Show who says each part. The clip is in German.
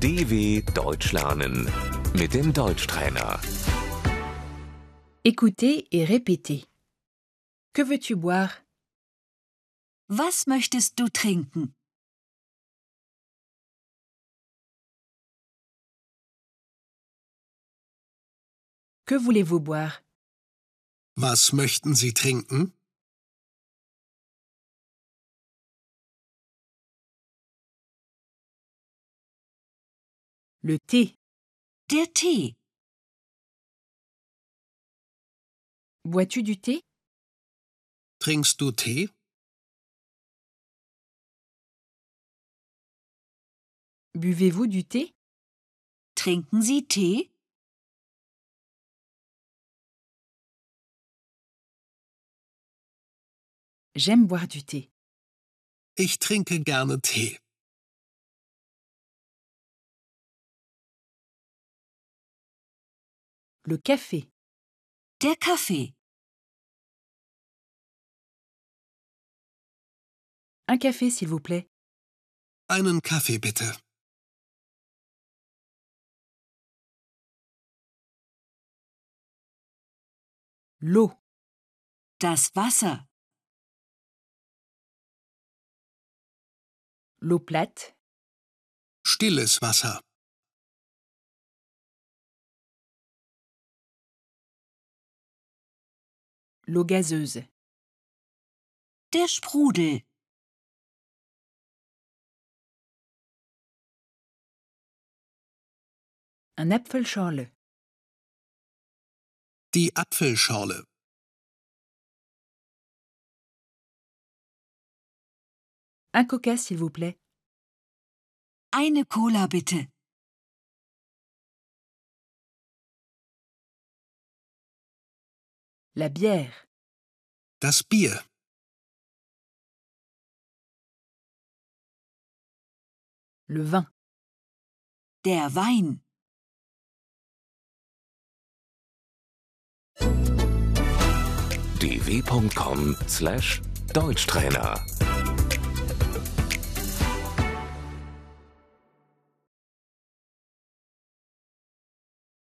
Speaker 1: DW Deutsch lernen mit dem Deutschtrainer.
Speaker 2: Écoutez et répétez. Que veux-tu boire
Speaker 3: Was möchtest du trinken?
Speaker 2: Que voulez-vous boire
Speaker 4: Was möchten Sie trinken?
Speaker 2: Le thé.
Speaker 3: Der Tee.
Speaker 2: Bois-tu du thé
Speaker 4: Trinkst du Tee?
Speaker 2: Buvez-vous du thé
Speaker 3: Trinken Sie Tee?
Speaker 2: J'aime boire du thé.
Speaker 4: Ich trinke gerne Tee.
Speaker 2: Le café.
Speaker 3: Der Kaffee.
Speaker 2: Un café, s'il vous plaît.
Speaker 4: Einen Kaffee bitte.
Speaker 2: L'eau.
Speaker 3: Das Wasser.
Speaker 2: L'eau plate.
Speaker 4: Stilles Wasser.
Speaker 2: L'eau gazeuse.
Speaker 3: Der Sprudel.
Speaker 2: Un Apfelschorle.
Speaker 4: Die Apfelschorle.
Speaker 2: Un coca, s'il vous plaît.
Speaker 3: Eine Cola bitte.
Speaker 2: La bière.
Speaker 4: Das Bier.
Speaker 2: Le vin.
Speaker 3: Der Wein.
Speaker 1: dw.com/deutschtrainer